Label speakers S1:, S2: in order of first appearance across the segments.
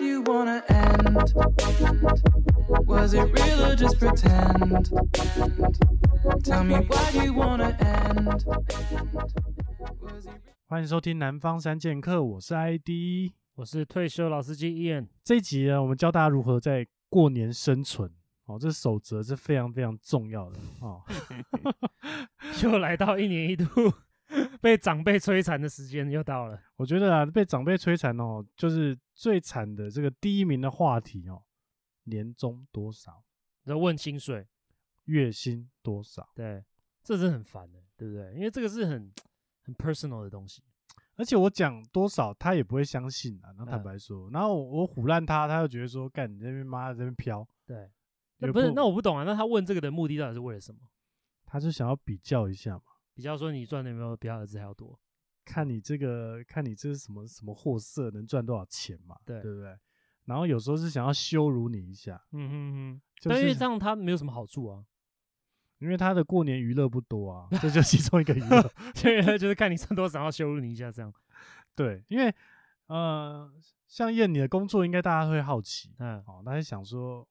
S1: you wanna end? Was it real or just pretend? Tell me why do you wanna end? Was it
S2: 欢迎收听《南方三剑客》，我是 ID。
S3: 我是退休老司机 Ian，
S2: 这一集呢，我们教大家如何在过年生存哦，这守则是非常非常重要的哦。
S3: 又来到一年一度 被长辈摧残的时间又到了。
S2: 我觉得啊，被长辈摧残哦，就是最惨的这个第一名的话题哦，年终多少，
S3: 你要问薪水，
S2: 月薪多少，
S3: 对，这是很烦的，对不对？因为这个是很很 personal 的东西，
S2: 而且我讲多少他也不会相信啊。然后坦
S3: 嗯
S2: 白说，然后我我唬烂他，他又觉得说，干你这边妈的这边飘，
S3: 对。
S2: 也
S3: 那不是，
S2: 不
S3: 那我不懂啊。那他问这个的目的到底是为了什么？
S2: 他就想要比较一下嘛，
S3: 比较说你赚的有没有比他儿子还要多？
S2: 看你这个，看你这是什么什么货色，能赚多少钱嘛，
S3: 对
S2: 对不对？然后有时候是想要羞辱你一下，
S3: 嗯哼哼。
S2: 就
S3: 但因
S2: 是
S3: 为这样他没有什么好处 啊，
S2: 因为他的过年娱乐不多啊，这就是其中一个娱 乐。
S3: 所以他就是看你赚多少，要羞辱你一下这样。
S2: 对，因为呃，像燕你的工作，应该大家会好奇
S3: 嗯，
S2: 哦，大家想说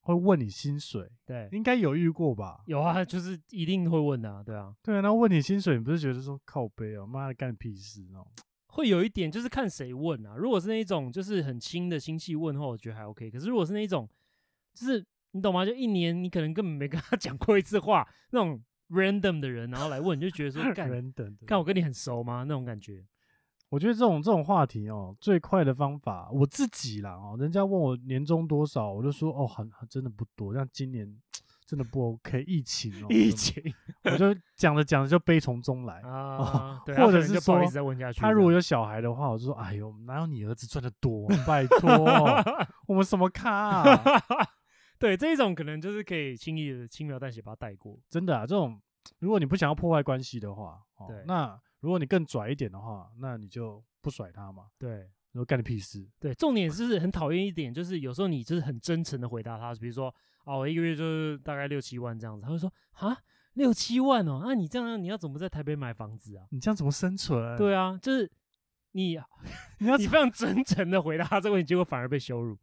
S2: 会问你薪水，
S3: 对，
S2: 应该有遇过吧？
S3: 有啊，就是一定会问的、啊，对啊，
S2: 对啊，那问你薪水，你不是觉得说靠背哦，妈的干你屁事哦？
S3: 会有一点就是看谁问啊。如果是那一种就是很亲的亲戚问的话，我觉得还 OK。可是如果是那一种，就是你懂吗？就一年你可能根本没跟他 讲过一次话，那种 random 的人，然后来问，你就觉 得说干
S2: 人等的。
S3: 干我跟你很熟吗？那种感觉。
S2: 我觉得这种这种话题哦，最快的方法，我自己啦哦，人家问我年终多少，我就说哦，很很真的不多，像今年真的不 OK，疫情 哦，
S3: 疫
S2: 怎么，
S3: 情
S2: 我就讲着讲着就悲从中来。
S3: 啊，对，
S2: 哦或
S3: 他可
S2: 者
S3: 能
S2: 是
S3: 就不好意
S2: 说
S3: 思再问下去这
S2: 他
S3: 样。
S2: 如果有小孩的话，我就说：“哎呦，哪有你儿子赚的 多、啊？拜托，我们什么咖、啊？
S3: 对这一种可能就是可以轻易的轻描淡写把它带过。
S2: 真的啊，这种如果你不想要破坏关系的话，哦
S3: 对，
S2: 那如果你更拽一点的话，那你就不甩他嘛，
S3: 对，
S2: 然后干你屁事。
S3: 对，重点是很讨厌一点，就是有时候你就是很真诚的回答他，比如说哦，我一个月就是大概六七万这样子，他会说啊六七万哦，那、你这样你要怎么在台北买房子啊？
S2: 你这样怎么生存？
S3: 对
S2: 啊，
S3: 啊，就是 你
S2: 你要
S3: 你非常真诚的回答他这个问题，结果反而被羞辱。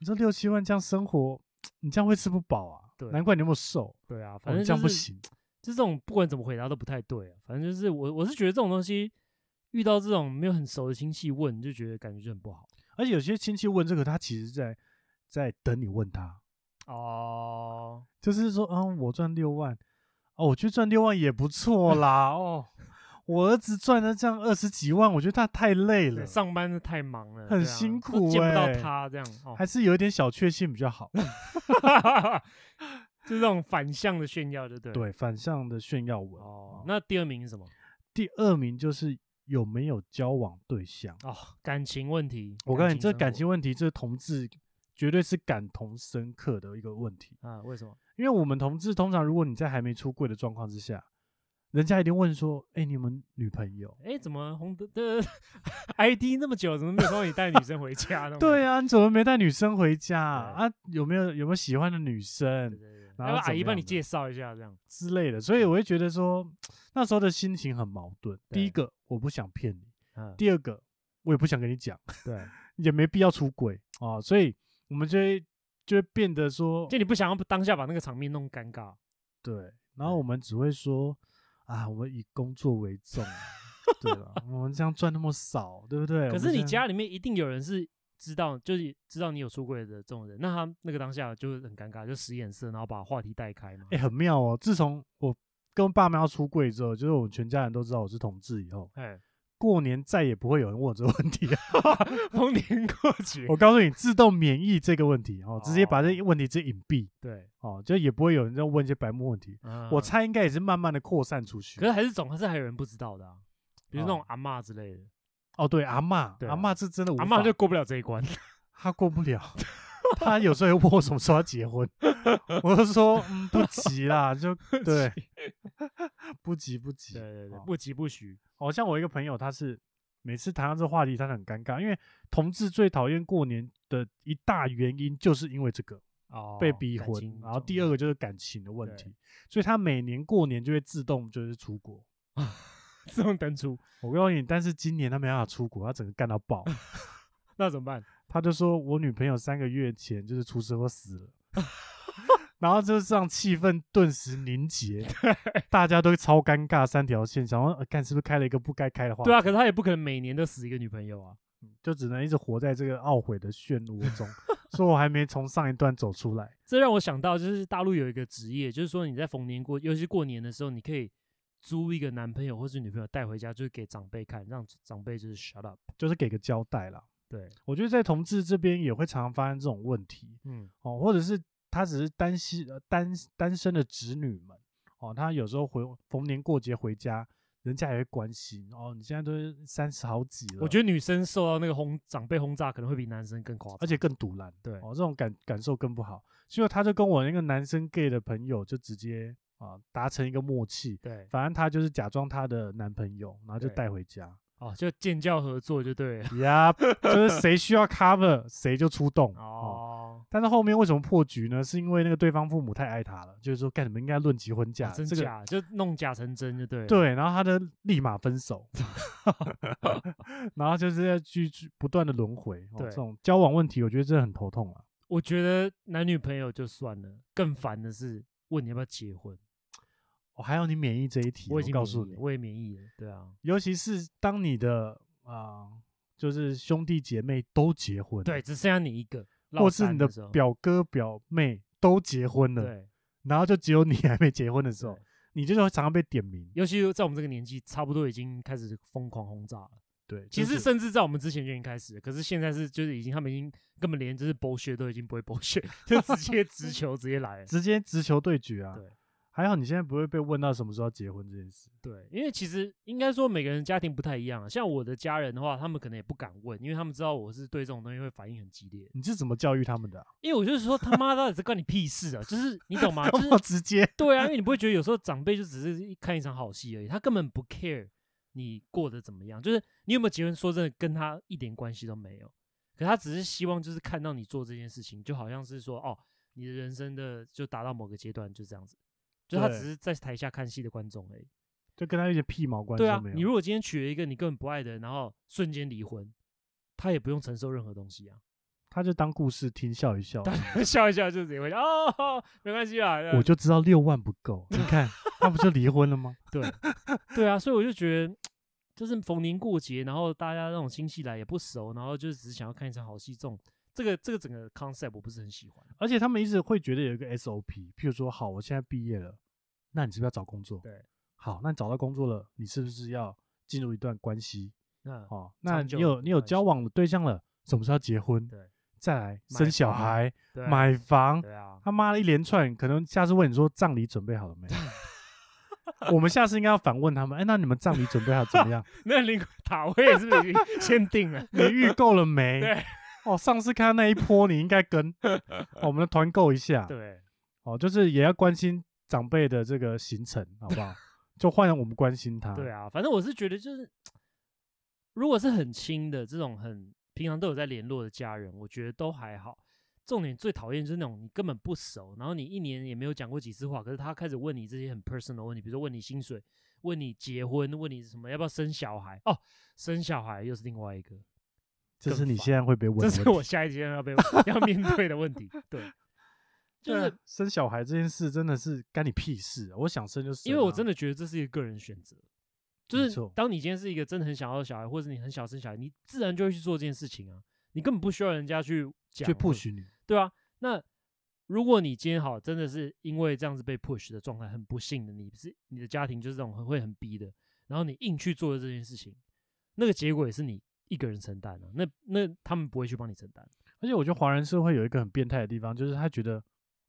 S2: 你说六七万这样生活，你这样会吃不饱啊？
S3: 对
S2: 难怪你那么瘦，
S3: 对啊，
S2: 我
S3: 反
S2: 们
S3: 正、
S2: 哦这样不，行。
S3: 就这种不管怎么回答都不太对啊。反正就是我我是觉得这种东西遇到这种没有很熟的亲戚问，就觉得感觉就很不好。
S2: 而且有些亲戚问这个，他其实在在等你问他。
S3: 哦，
S2: 就是说，嗯，我赚六万，哦，我觉得赚六万也不错
S3: 啊
S2: 啦，哦，我儿子赚了这样二十几万，我觉得他太累了，
S3: 对，上班的太忙了，
S2: 很
S3: 对啊
S2: 辛
S3: 都
S2: 苦
S3: 见不到
S2: 欸
S3: 他这样。哦
S2: 还是有一点小确幸比较好。
S3: 就这种反向的炫耀，对不对？。
S2: 对，反向的炫耀文。
S3: 哦
S2: 哦，，
S3: 那第二名是什么？
S2: 第二名就是有没有交往对象。
S3: 哦，感情问题。
S2: 我告诉你，这感情
S3: 问
S2: 问题，这同志绝对是感同身刻的一个问题，
S3: 啊？为什么？
S2: 因为我们同志通常，如果你在还没出柜的状况之下，人家一定问说，哎、你们女朋友？
S3: 哎，怎么红的的 ID 那么久，怎么没有帮你带女生回家呢？
S2: 对
S3: 呀，
S2: 啊，你怎么没带女生回家
S3: 对
S2: 啊？啊有没有有没有喜欢的女
S3: 对
S2: 生
S3: 对嗯对
S2: 然
S3: 要不
S2: 后
S3: 阿姨
S2: 怎么样
S3: 帮你
S2: 的
S3: 介绍一下，这样
S2: 之类的？所以我会觉得说，那时候的心情很矛盾。第一
S3: 对
S2: 个，我不想骗你；
S3: 嗯，
S2: 第二个，我也不想跟你讲，
S3: 对，
S2: 也没必要出轨啊。所以我们就会就会变得说，
S3: 就你不想要当下把那个场面弄尴尬，
S2: 对，然后我们只会说啊，我们以工作为重啊。对 了，我们这样赚那么少，对不对？我
S3: 可
S2: 们
S3: 是
S2: 这
S3: 你
S2: 样
S3: 家里面一定有人是知道，就是知道你有出轨的这种人，那他那个当下就是很尴尬，就使眼色，然后把话题带开嘛。
S2: 哎、很妙哦。自从我跟爸妈要出柜之后，就是我们全家人都知道我是同志以后，
S3: 哎，
S2: 过年再也不会有人问我这个问题了。
S3: 逢年过节，
S2: 我告诉你，自动免疫这个问题哦，直接把这
S3: 哦
S2: 问题直接隐蔽
S3: 对，
S2: 哦，就也不会有人在问一些白目问题。我
S3: 嗯
S2: 猜应该也是慢慢的扩散出去
S3: 可。是还是总还是还有人不知道的、啊，比如那种
S2: 哦
S3: 阿嬷之类的，
S2: 哦，对，阿嬷，
S3: 对啊
S2: 阿嬷这真的无
S3: 阿
S2: 法
S3: 嬷就过不了这一关。
S2: 她过不了。 她有时候会问我什么时候要结 婚，我就说嗯不急啦，就 对，不急不急。
S3: 对对对，
S2: 哦
S3: 不急不徐。
S2: 哦，像我一个朋友，他是每次谈到这个话题，他很尴尬，因为同志最讨厌过年的一大原因就是因为这个。
S3: 哦
S2: 被逼婚，然后第二个就是感情的问
S3: 对
S2: 题，所以他每年过年就会自动就是出国。
S3: 自动登出，
S2: 我告诉你，但是今年他没办法出国，他整个干到爆，
S3: 那怎么办？
S2: 他就说我女朋友三个月前就是出车祸死 了，然后就是让气氛顿时凝结，大家都超尴尬，三条线，想说呃干、是不是开了一个不该开的话，
S3: 对啊，，可是他也不可能每年都死一个女朋友啊。
S2: 就只能一直活在这个懊悔的漩涡中，所以我还没从上一段走出来。
S3: 这让我想到，就是大陆有一个职业，就是说你在逢年过，尤其是过年的时候，你可以租一个男朋友或是女朋友带回家，就是给长辈看，让长辈就是 shut up。
S2: 就是给个交代啦。
S3: 对，
S2: 我觉得在同志这边也会常常发生这种问题
S3: 嗯，
S2: 哦，或者是他只是单身呃单单身的侄女们哦，他有时候回逢年过节回家，人家也会关心哦，你现在都三十好几了，
S3: 我觉得女生受到那个轰长辈轰炸，可能会比男生更夸张。
S2: 而且更堵烂，
S3: 对
S2: 哦，这种感感受更不好。所以他就跟我那个男生 gay 的朋友就直接啊达成一个默契，
S3: 对，
S2: 反正他就是假装他的男朋友，然后就
S3: 对
S2: 带回家。
S3: 哦，就建教合作就对了。
S2: 呀， 就是谁需要 cover 谁就出动哦
S3: 哦，
S2: 但是后面为什么破局呢？是因为那个对方父母太爱他了，就是说，干你们应该论及婚嫁，
S3: 啊真
S2: 这个
S3: 假就弄假成真就对了。
S2: 对，然后他就立马分手， 然后就是要继续不断的轮回、哦，
S3: 对
S2: 这种交往问题，我觉得真的很头痛啊。
S3: 我觉得男女朋友就算了，更烦的是问你要不要结婚。
S2: 我、哦还有你免疫这一题，
S3: 我
S2: 我
S3: 已经
S2: 告
S3: 免
S2: 诉
S3: 疫了
S2: 你，
S3: 我也免疫了。对啊，
S2: 尤其是当你的啊、就是兄弟姐妹都结婚，
S3: 对，，只剩下你一个，落
S2: 或是
S3: 单
S2: 你
S3: 的
S2: 的
S3: 时候
S2: 表哥表妹都结婚了，
S3: 对，
S2: 然后就只有你还没结婚的时候
S3: 对，
S2: 你就是会常常被点名。
S3: 尤其在我们这个年纪，差不多已经开始疯狂轰炸了。
S2: 对，
S3: 其
S2: 就是
S3: 实甚至在我们之前就已经开始了，可是现在是就是已经他们已经根本连就是剥削都已经不会剥削， 就直接直球直接来了。
S2: 直接直球对决啊。
S3: 对，
S2: 还好你现在不会被问到什么时候要结婚这件事。
S3: 对，因为其实应该说每个人家庭不太一样啊，像我的家人的话，他们可能也不敢问，因为他们知道我是对这种东西会反应很激烈。
S2: 你是怎么教育他们的啊、
S3: 因为我就是说他妈到底是关你屁事啊，就是你 懂吗？就是
S2: 这么直接？
S3: 对啊，因为你不会觉得有时候长辈就只是一看一场好戏而已，他根本不 care 你过得怎么样，就是你有没有结婚，说真的跟他一点关系都没有。可他只是希望就是看到你做这件事情，就好像是说哦，你的人生的就达到某个阶段就这样子，就他只
S2: 对
S3: 是在台下看戏的观众而已。
S2: 就跟他一点屁毛关系
S3: 对
S2: 都
S3: 啊
S2: 没，有。
S3: 你如果今天娶了一个你根本不爱的人，然后瞬间离婚，他也不用承受任何东西啊，
S2: 他就当故事听笑一笑，啊
S3: 笑一笑就直接回家哦， 没关系啊，
S2: 我就知道六万不够。你 看，他不就离婚了吗？
S3: 对对啊，所以我就觉得，就是逢年过节，然后大家那种亲戚来也不熟，然后就只是想要看一场好戏，这种这个这个整个 concept 我不是很喜欢。啊
S2: 而且他们一直会觉得有一个 SOP，譬如说，好，我现在毕业了，那你是不是要找工作？
S3: 对，
S2: 好，那你找到工作了，你是不是要进入一段关系？
S3: 那
S2: 哦，那
S3: 长
S2: 你
S3: 久
S2: 有
S3: 的
S2: 你有
S3: 关
S2: 交
S3: 系
S2: 往的对象了，什么时候要结婚？
S3: 对，
S2: 再来
S3: 买
S2: 生小
S3: 房
S2: 孩、
S3: 对啊
S2: 买房，
S3: 对啊，
S2: 他妈的一连串，可能下次问你说葬礼准备好了没？我们下次应该要反问他们，哎，那你们葬礼准备好怎么样？
S3: 那灵塔位是不是已经 先定了？
S2: 你预购了没？
S3: 对
S2: 哦，上次看到那一波，你应该 跟哦我们的团购一下。
S3: 对，
S2: 哦，就是也要关心长辈的这个行程，好不好？就换成我们关心他。
S3: 对啊，反正我是觉得就是，如果是很亲的这种很平常都有在联络的家人，我觉得都还好。重点最讨厌就是那种你根本不熟，然后你一年也没有讲过几次话，可是他开始问你这些很 personal 的问题，比如说问你薪水、问你结婚、问你什么要不要生小孩。哦，生小孩又是另外一个，
S2: 这是
S3: 更
S2: 你
S3: 烦
S2: 现在会被问的
S3: 这
S2: 问题。啊
S3: 是我下一阶段要被 要面对的问题。 对，就
S2: 对啊
S3: 是
S2: 生小孩这件事真的是干你屁事啊、我想生就生啊、
S3: 因为我真的觉得这是一个个人选择，就
S2: 没
S3: 是
S2: 错
S3: 当你今天是一个真的很想要小孩，或者你很想生小孩，你自然就会去做这件事情啊，你根本不需要人家去讲
S2: 去
S3: 或
S2: push 你，
S3: 对啊。那如果你今天好真的是因为这样子被 push 的状态，很不幸的，你是你的家庭就是这种很会很逼的，然后你硬去做的这件事情，那个结果也是你一个人承担的、啊那那他们不会去帮你承担，
S2: 而且我觉得华人社会有一个很变态的地方，就是他觉得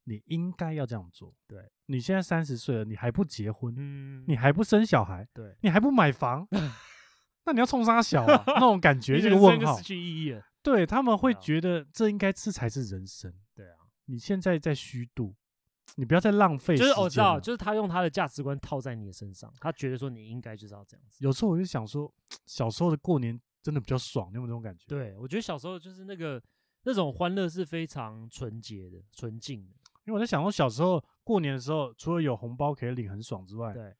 S2: 你应该要这样做。
S3: 对，
S2: 你现在三十岁了，你还不结婚，
S3: 嗯
S2: 你还不生小孩，
S3: 对，
S2: 你还不买房， 那你要冲啥小啊？那种感觉
S3: 你
S2: 这
S3: 人
S2: 个
S3: 生
S2: 问
S3: 就
S2: 号
S3: 失，去意义了，
S2: 对他们会
S3: 对啊
S2: 觉得这应该这才是人生。
S3: 对啊。
S2: 你现在在虚度，你不要再浪费时
S3: 就
S2: 间
S3: 是哦
S2: 了。
S3: 我知道，就是他用他的价值观套在你的身上，他觉得说你应该就是要这样子。
S2: 有时候我就想说，小时候的过年真的比较爽，你有没有这种感觉？
S3: 对，我觉得小时候就是那个那种欢乐是非常纯洁的、纯净的。
S2: 因为我在想，我小时候过年的时候，除了有红包可以领很爽之外，
S3: 对，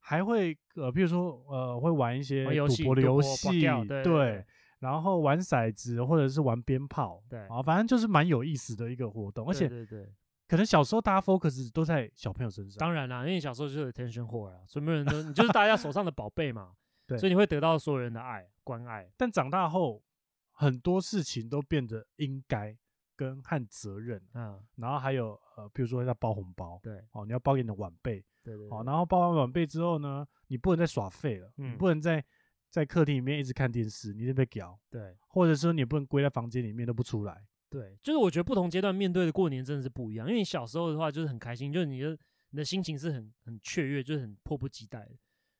S2: 还会呃，比如说呃，会玩一些
S3: 玩游
S2: 赌
S3: 戏
S2: 博的
S3: 赌
S2: 游
S3: 博
S2: 戏，
S3: block out，对对对
S2: 然后玩骰子或者是玩鞭炮，
S3: 对
S2: 啊，反正就是蛮有意思的一个活动，而
S3: 对
S2: 且
S3: 对对，
S2: 可能小时候大家 focus 都在小朋友身上，
S3: 当然啦，因为你小时候就是 attention whore 啊，所以没有人都你就是大家手上的宝贝嘛，
S2: 对
S3: 所以你会得到所有人的爱关爱。
S2: 但长大后很多事情都变得应该跟和责任，
S3: 嗯，
S2: 然后还有呃，比如说要包红包，
S3: 对
S2: 哦，你要包给你的晚辈，
S3: 对对，
S2: 哦，
S3: 对
S2: 然后包完晚辈之后呢，你不能再耍废了，你
S3: 嗯
S2: 不能再在客厅里面一直看电视，你就被屌，
S3: 对
S2: 或者说你也不能归在房间里面都不出来，
S3: 对，就是我觉得不同阶段面对的过年真的是不一样，因为你小时候的话就是很开心，就是你的你的心情是很很雀跃，就是很迫不及待的，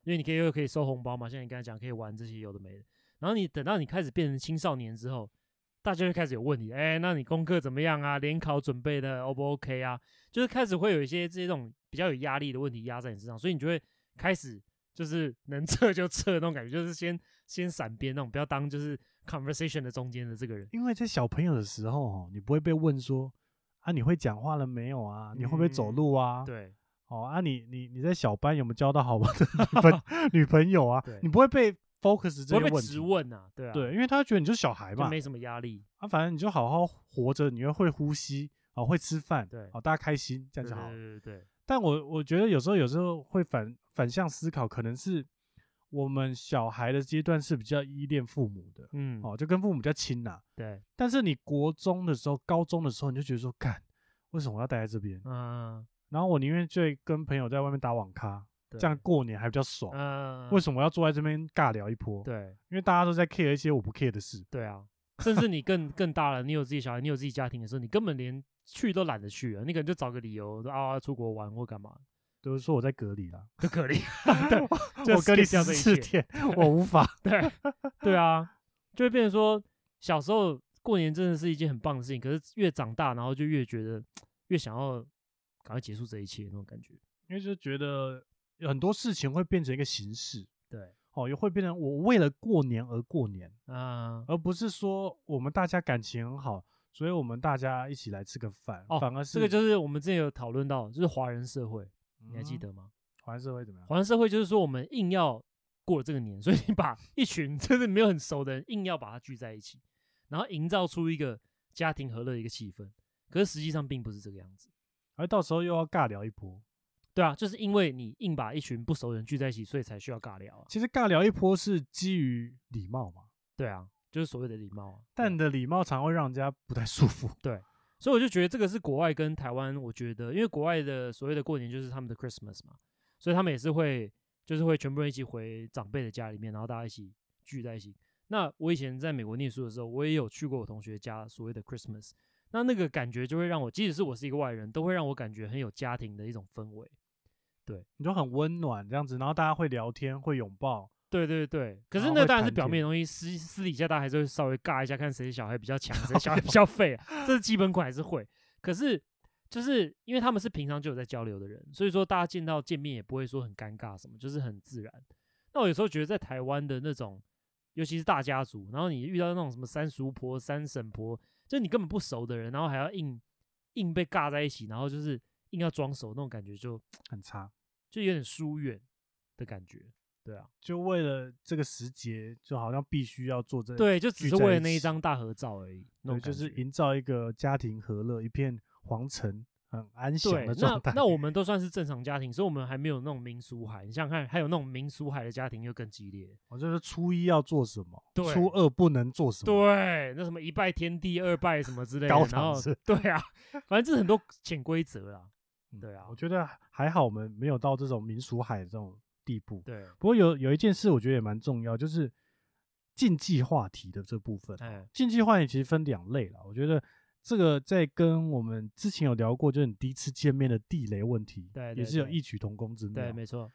S3: 因为你可以又可以收红包嘛，像你刚才讲可以玩这些有的没的。然后你等到你开始变成青少年之后，大家就开始有问你，哎，那你功课怎么样啊？联考准备的 O 不 OK 啊？就是开始会有一些这种比较有压力的问题压在你身上，所以你就会开始就是 能撤就撤那种感觉，就是先先闪边那种，不要当就是 conversation 的中间的这个人。
S2: 因为在小朋友的时候哦，你不会被问说啊你会讲话了没有啊，你会不会走
S3: 嗯
S2: 路啊，
S3: 对，
S2: 哦啊你你你在小班有没有交到好玩的女 朋女朋友 啊
S3: 对，
S2: 你不会被 focus
S3: 不
S2: 这
S3: 会
S2: 些
S3: 被
S2: 问
S3: 质
S2: 题，
S3: 问啊，对啊，，
S2: 对，因为他觉得你就是小孩
S3: 就
S2: 嘛，
S3: 没什么压力，
S2: 啊，反正你就好好活着，你又会呼吸，啊，会吃饭，
S3: 对
S2: 啊，大家开心，这
S3: 对
S2: 样就好了。
S3: 对对对，
S2: 但我我觉得有时候有时候会反反向思考，可能是我们小孩的阶段是比较依恋父母的，
S3: 嗯，
S2: 哦，就跟父母比较亲呐、
S3: 对，
S2: 但是你国中的时候、高中的时候，你就觉得说，干，为什么我要待在这边？
S3: 嗯，
S2: 然后我宁愿去跟朋友在外面打网咖，
S3: 对
S2: 这样，过年还比较爽。
S3: 嗯，
S2: 为什么我要坐在这边尬聊一波？
S3: 对
S2: 因为大家都在 care 一些我不 care 的事。
S3: 对啊，甚至你更更大了，你有自己小孩，你有自己家庭的时候，你根本连去都懒得去啊，你可能就找个理由说啊出国玩或干嘛
S2: 比如说我在隔离 啦，
S3: 都可以，对，就
S2: 我隔离
S3: skip 掉
S2: 十
S3: 这一
S2: 四
S3: 切
S2: 天， 我无法
S3: 对对啊，就会变成说，小时候过年真的是一件很棒的事情，可是越长大，然后就越觉得越想要赶快结束这一切那种感觉。
S2: 因为就觉得有很多事情会变成一个形式，
S3: 对，
S2: 哦，也会变成我为了过年而过年，
S3: 啊、
S2: 而不是说我们大家感情很好，所以我们大家一起来吃个饭，
S3: 哦
S2: 反而
S3: 这个就是是我们之前有讨论到，就是华人社会，你还记
S2: 嗯
S3: 得吗？
S2: 华人社会怎么样？
S3: 华人社会就是说我们硬要过了这个年，所以你把一群就是没有很熟的人硬要把它聚在一起，然后营造出一个家庭和乐的一个气氛。可是实际上并不是这个样子。
S2: 而到时候又要尬聊一波，
S3: 对啊，就是因为你硬把一群不熟的人聚在一起，所以才需要尬聊啊。
S2: 其实尬聊一波是基于礼貌嘛，
S3: 对啊，就是所谓的礼貌啊。
S2: 但你的礼貌常会让人家不太舒服。
S3: 所以我就觉得这个是国外跟台湾，我觉得因为国外的所谓的过年就是他们的 Christmas 嘛，所以他们也是会就是会全部人一起回长辈的家里面，然后大家一起聚在一起。那我以前在美国念书的时候，我也有去过我同学家所谓的 Christmas，那那个感觉就会让我，即使是我是一个外人，都会让我感觉很有家庭的一种氛围。
S2: 你就很温暖这样子，然后大家会聊天，会拥抱，
S3: 对对对，可是
S2: 然后
S3: 那个
S2: 会
S3: 当然是
S2: 谈
S3: 表面的东西，私私底下大家还是会稍微尬一下，看谁小孩比较 强，谁小孩比较废、啊，这是基本款还是会。可是就是因为他们是平常就有在交流的人，所以说大家见到见面也不会说很尴尬什么，就是很自然。那我有时候觉得在台湾的那种，尤其是大家族，然后你遇到那种什么三叔婆、三婶婆，就你根本不熟的人，然后还要硬硬被尬在一起，然后就是硬要装熟那种感觉就，就
S2: 很差。
S3: 有点疏远的感觉。对啊，
S2: 就为了这个时节，就好像必须要做这，
S3: 对，就只
S2: 聚
S3: 是
S2: 在
S3: 为了
S2: 一
S3: 那一
S2: 起
S3: 张大合照而已，那
S2: 对，
S3: 种
S2: 就
S3: 感
S2: 是
S3: 觉
S2: 营造一个家庭和乐、一片皇城很安详
S3: 对
S2: 的。
S3: 那
S2: 状态。
S3: 那我们都算是正常家庭，所以我们还没有那种民俗海。你想想看，还有那种民俗海的家庭又更激烈。
S2: 我哦就是初一要做什么，
S3: 对
S2: 初二不能做什么，
S3: 对，那什么一拜天地，二拜什么之类的，
S2: 啊高
S3: 然
S2: 堂
S3: 后
S2: 是
S3: 对啊，反正这是很多潜规则啦。
S2: 嗯
S3: 对啊
S2: 我觉得还好，我们没有到这种民俗海这种地步。
S3: 对，
S2: 不过有有一件事，我觉得也蛮重要，就是禁忌话题的这部分。
S3: 哎，
S2: 禁忌话题其实分两类了，我觉得这个在跟我们之前有聊过，就是你第一次见面的地雷问题，
S3: 对
S2: 也
S3: 对
S2: 是有
S3: 对
S2: 异曲同工之妙
S3: 对，，没错，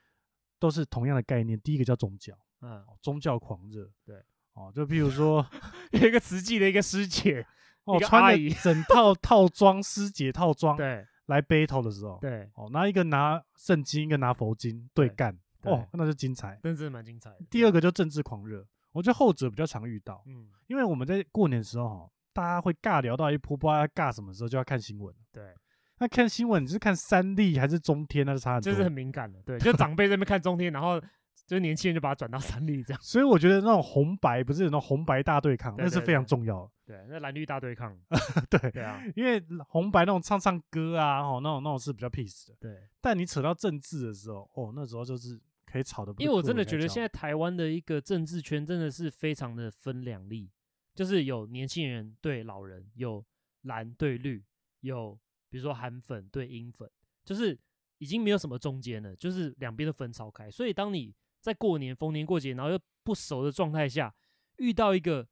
S2: 都是同样的概念。第一个叫宗教，
S3: 嗯，
S2: 哦宗教狂热，
S3: 对，
S2: 哦，就譬如 说，
S3: 有一个慈济的一个 师姐，
S2: 哦，
S3: 个
S2: 穿
S3: 阿
S2: 了
S3: 姨
S2: 整套套装 师姐套装
S3: 对
S2: 来 battle 的时候，
S3: 对，
S2: 哦，那一个拿圣经，一个拿佛经对
S3: 对
S2: 干，
S3: 对
S2: 哦，那就精彩。
S3: 真的是蛮精彩的。
S2: 第二个就政治狂热，我觉得后者比较常遇到，
S3: 嗯，
S2: 因为我们在过年的时候哦，大家会尬聊到一波，不知道要尬什么时候就要看新闻。
S3: 对，
S2: 那看新闻，你是看三立还是中天，那就差很多。
S3: 就是很敏感的，对，就长辈在那边看中天，然后就是年轻人就把它转到三立这样。
S2: 所以我觉得那种红白不是有那种红白大对抗，
S3: 对
S2: 那是
S3: 对
S2: 非常
S3: 对
S2: 重要
S3: 对，那蓝绿大对抗，
S2: 的。 对，
S3: 对啊，
S2: 因为红白那种唱唱歌啊，哦，那种那种是比较 peace 的。
S3: 对，
S2: 但你扯到政治的时候，哦，那时候就是可以吵的。
S3: 因为我真的觉得现在台湾的一个政治圈真的是非常的分两立，就是有年轻人对老人，有蓝对绿，有比如说韩粉对英粉，就是已经没有什么中间了，就是两边都分超开。所以当你在过年逢年过节，然后又不熟的状态下，遇到一个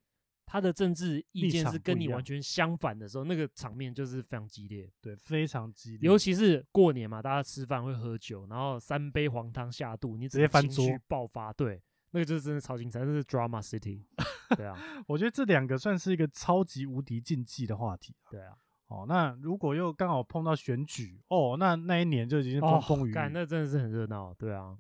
S3: 他的政治意
S2: 立
S3: 见
S2: 场
S3: 是
S2: 不
S3: 跟
S2: 一
S3: 你完
S2: 样
S3: 全相反的时候，那个场面就是非常激烈。
S2: 对非常激烈，
S3: 尤其是过年嘛，大家吃饭会喝酒，然后三杯黄汤下肚，你
S2: 直接
S3: 整个
S2: 翻
S3: 情绪
S2: 桌
S3: 爆发，对，那个就是真的超精彩，那是 drama city，对啊，
S2: 我觉得这两个算是一个超级无敌禁忌的话题。
S3: 对啊，
S2: 哦，那如果又刚好碰到选举，哦，那那一年就已经
S3: 哦
S2: 风风雨雨。
S3: 干那真的是很热闹，对啊，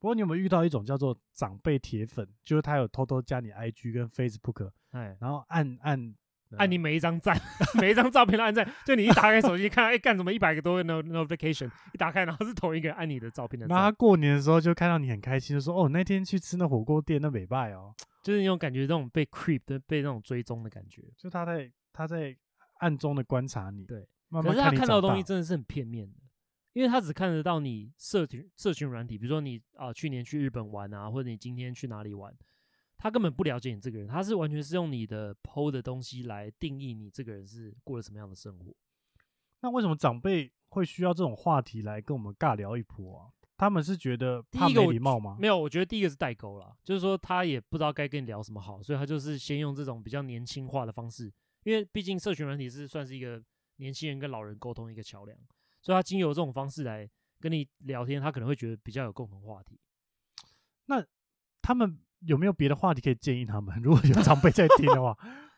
S2: 不过你有没有遇到一种叫做长辈铁粉，就是他有偷偷加你 IG 跟 Facebook，
S3: 哎，
S2: 然后按按
S3: 按你每一张赞， 每一张照片都按赞，就你一打开手机看，哎，干什么一百个多个 no notification，一打开然后是同一个人按你的照片的
S2: 那他
S3: 赞，
S2: 过年的时候就看到你很开心，就说：“哦，那天去吃那火锅店，那美拜哦。
S3: 就是那种感觉，那种被 creep 的被那种追踪的感觉，”
S2: 就他在他在暗中的观察你，
S3: 对，
S2: 慢
S3: 可
S2: 慢
S3: 是他
S2: 你
S3: 看到的
S2: 长
S3: 东西
S2: 大
S3: 真的是很片面的，因为他只看得到你社群社群软体，比如说你啊、去年去日本玩啊，或者你今天去哪里玩，他根本不了解你这个人，他是完全是用你的 PO 的东西来定义你这个人是过了什么样的生活。
S2: 那为什么长辈会需要这种话题来跟我们尬聊一波啊？他们是觉得
S3: 第
S2: 怕
S3: 一个
S2: 没
S3: 我
S2: 礼貌吗？
S3: 没有，我觉得第一个是代沟啦，就是说他也不知道该跟你聊什么好，所以他就是先用这种比较年轻化的方式，因为毕竟社群软体是算是一个年轻人跟老人沟通一个桥梁，所以他经由这种方式来跟你聊天，他可能会觉得比较有共同话题。
S2: 他们有没有别的话题可以建议他们？ 如果有长辈在听的话，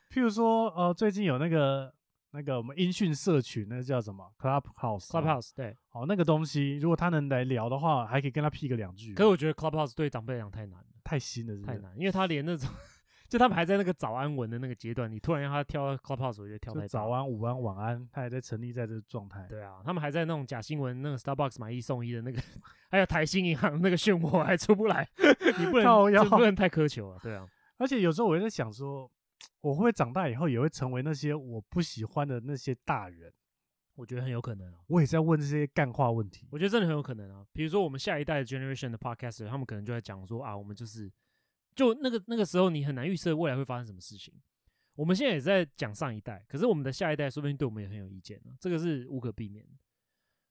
S2: 譬如说，呃，最近有那个那个我们音讯社群，那个叫什么 Clubhouse 吗
S3: Clubhouse 对，
S2: 哦，那个东西，如果他能来聊的话，还可以跟他屁个两句。
S3: 可是我觉得 Clubhouse 对长辈来讲太难了，
S2: 太新了是不是，
S3: 太难，因为他连那种 就他们还在那个早安文的那个阶段，你突然让他跳到 Clubhouse，我觉得跳太
S2: 就
S3: 早
S2: 早。安、午安、晚安，他也在成立在这个状态。
S3: 对啊，他们还在那种假新闻、那个 Starbucks 买一送一的那个，还有台新银行那个漩涡还出 不来，你不
S2: 靠
S3: 能
S2: 腰
S3: 这不能太苛求啊。对啊，
S2: 而且有时候我会在想说，我会不会长大以后也会成为那些我不喜欢的那些大人？
S3: 我觉得很有可能啊，
S2: 我也在问这些干话问题。
S3: 我觉得真的很有可能啊。比如说我们下一代的 generation 的 podcaster，他们可能就在讲说啊，我们就是就那个那个时候你很难预测未来会发生什么事情。我们现在也在讲上一代，可是我们的下一代说不定对我们也很有意见呢、啊这个是无可避免的。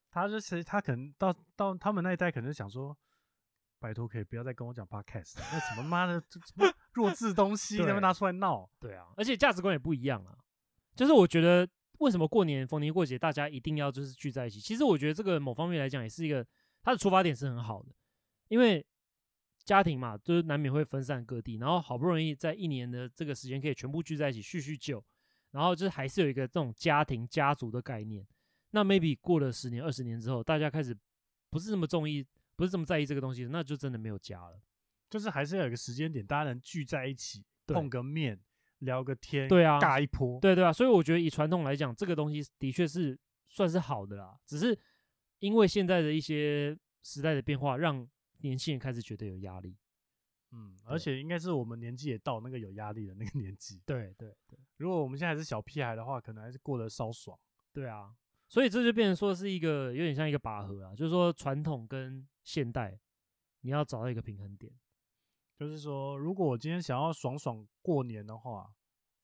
S2: 他就是他可能到到他们那一代，可能想说，拜托可以不要再跟我讲 podcast，那什么妈的这什么弱智东西，
S3: 对
S2: 他们拿出来闹。
S3: 对啊，而且价值观也不一样啊。就是我觉得为什么过年逢年过节大家一定要就是聚在一起？其实我觉得这个某方面来讲也是一个它的出发点是很好的，因为家庭嘛，就是难免会分散各地，然后好不容易在一年的这个时间可以全部聚在一起叙叙旧，然后就是还是有一个这种家庭家族的概念。那 maybe 过了十年二十年之后，大家开始不是那么中意，不是这么在意这个东西，那就真的没有家了。
S2: 就是还是要有一个时间点，大家能聚在一起
S3: 对
S2: 碰个面，聊个天，
S3: 对啊
S2: 尬一波。
S3: 对对啊，所以我觉得以传统来讲，这个东西的确是算是好的啦。只是因为现在的一些时代的变化，让年轻人开始觉得有压力。
S2: 嗯，而且应该是我们年纪也到那个有压力的那个年纪。
S3: 对对对
S2: 如果我们现在还是小屁孩的话，可能还是过得稍爽。
S3: 对啊，所以这就变成说是一个有点像一个拔河啊，就是说传统跟现代，你要找到一个平 衡点。
S2: 就是说，如果我今天想要爽爽过年的话，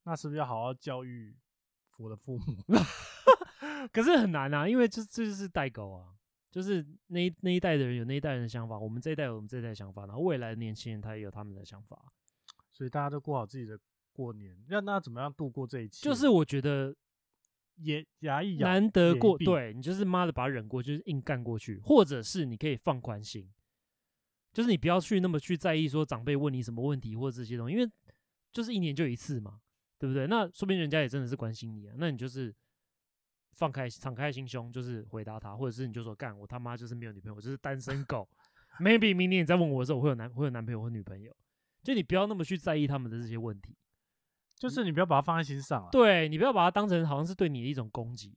S2: 那是不是要好好教育我的父母？
S3: 可是很难啊，因为这这就是代沟啊，就是那一那一代的人有那一代人的想法，我们这一代有我们这一代的想法，然后未来的年轻人他也有他们的想法。
S2: 所以大家都过好自己的过年，让大家怎么样度过这一期？
S3: 就是我觉得
S2: 也牙一咬，
S3: 难得
S2: 眼一
S3: 过，
S2: 闭
S3: 对你就是妈的把它忍过，就是硬干过去，或者是你可以放宽心，就是你不要去那么去在意说长辈问你什么问题或者这些东西，因为就是一年就一次嘛，对不对？那说明人家也真的是关心你啊，那你就是放开敞开心胸，就是回答他，或者是你就说干我他妈就是没有女朋友，我就是单身狗，maybe 明年你再问我的时候，我会有男会有男朋友或女朋友，就你不要那么去在意他们的这些问题，
S2: 就是你不要把它放在心上啊。
S3: 对你不要把它当成好像是对你的一种攻击。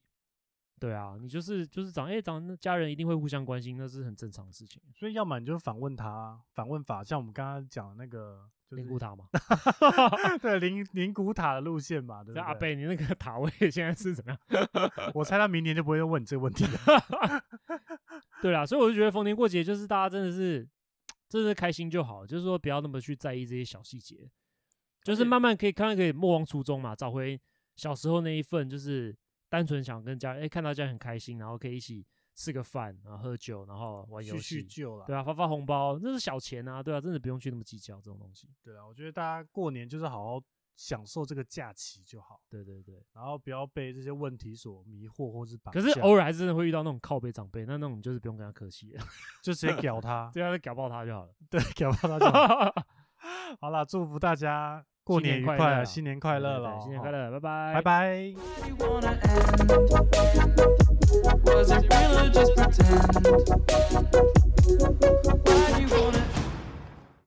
S3: 对啊，你就是就是长哎、长那家人一定会互相关心，那是很正常的事情。
S2: 所以要么你就反问他，反问法，像我们刚刚讲的那个，就
S3: 灵骨
S2: 是
S3: 塔嘛，
S2: 对灵灵骨塔的路线嘛，对
S3: 那阿
S2: 不对？
S3: 贝，你那个 塔位现在是怎么样？
S2: 我猜他明年就不会再问你这个问题了。
S3: 对啦，所以我就觉得逢年过节就是大家真的是，真的是开心就好，就是说不要那么去在意这些小细节，就是
S2: 且
S3: 慢慢可以看到可以莫忘初衷嘛，找回小时候那一份，就是单纯想跟家人，哎、看到家人很开心，然后可以一起吃个饭，然后喝酒，然后 玩游
S2: 叙叙
S3: 戏，
S2: 旧啦，
S3: 对啊，发发红包，那是小钱啊，对啊，真的不用去那么计较这种东西。
S2: 对啊，我觉得大家过年就是好好享受这个假期就好，
S3: 对对对，
S2: 然后不要被这些问题所迷惑或是绑
S3: 可
S2: 架。
S3: 是偶尔还是真的会遇到那种靠背长辈，那那种就是不用跟他客气了，
S2: 就直接屌他，
S3: 对啊，搞爆他就好了。
S2: 对，屌爆他就好。 好啦，祝福大家过
S3: 新年
S2: 年愉
S3: 快乐
S2: 快，
S3: 啦
S2: 新年快乐
S3: 对对
S2: 了，
S3: 对新年快
S2: 哦，
S3: 乐，拜拜，
S2: 拜。拜。
S1: Why you wanna end? Was it real or just pretend? Why you wanna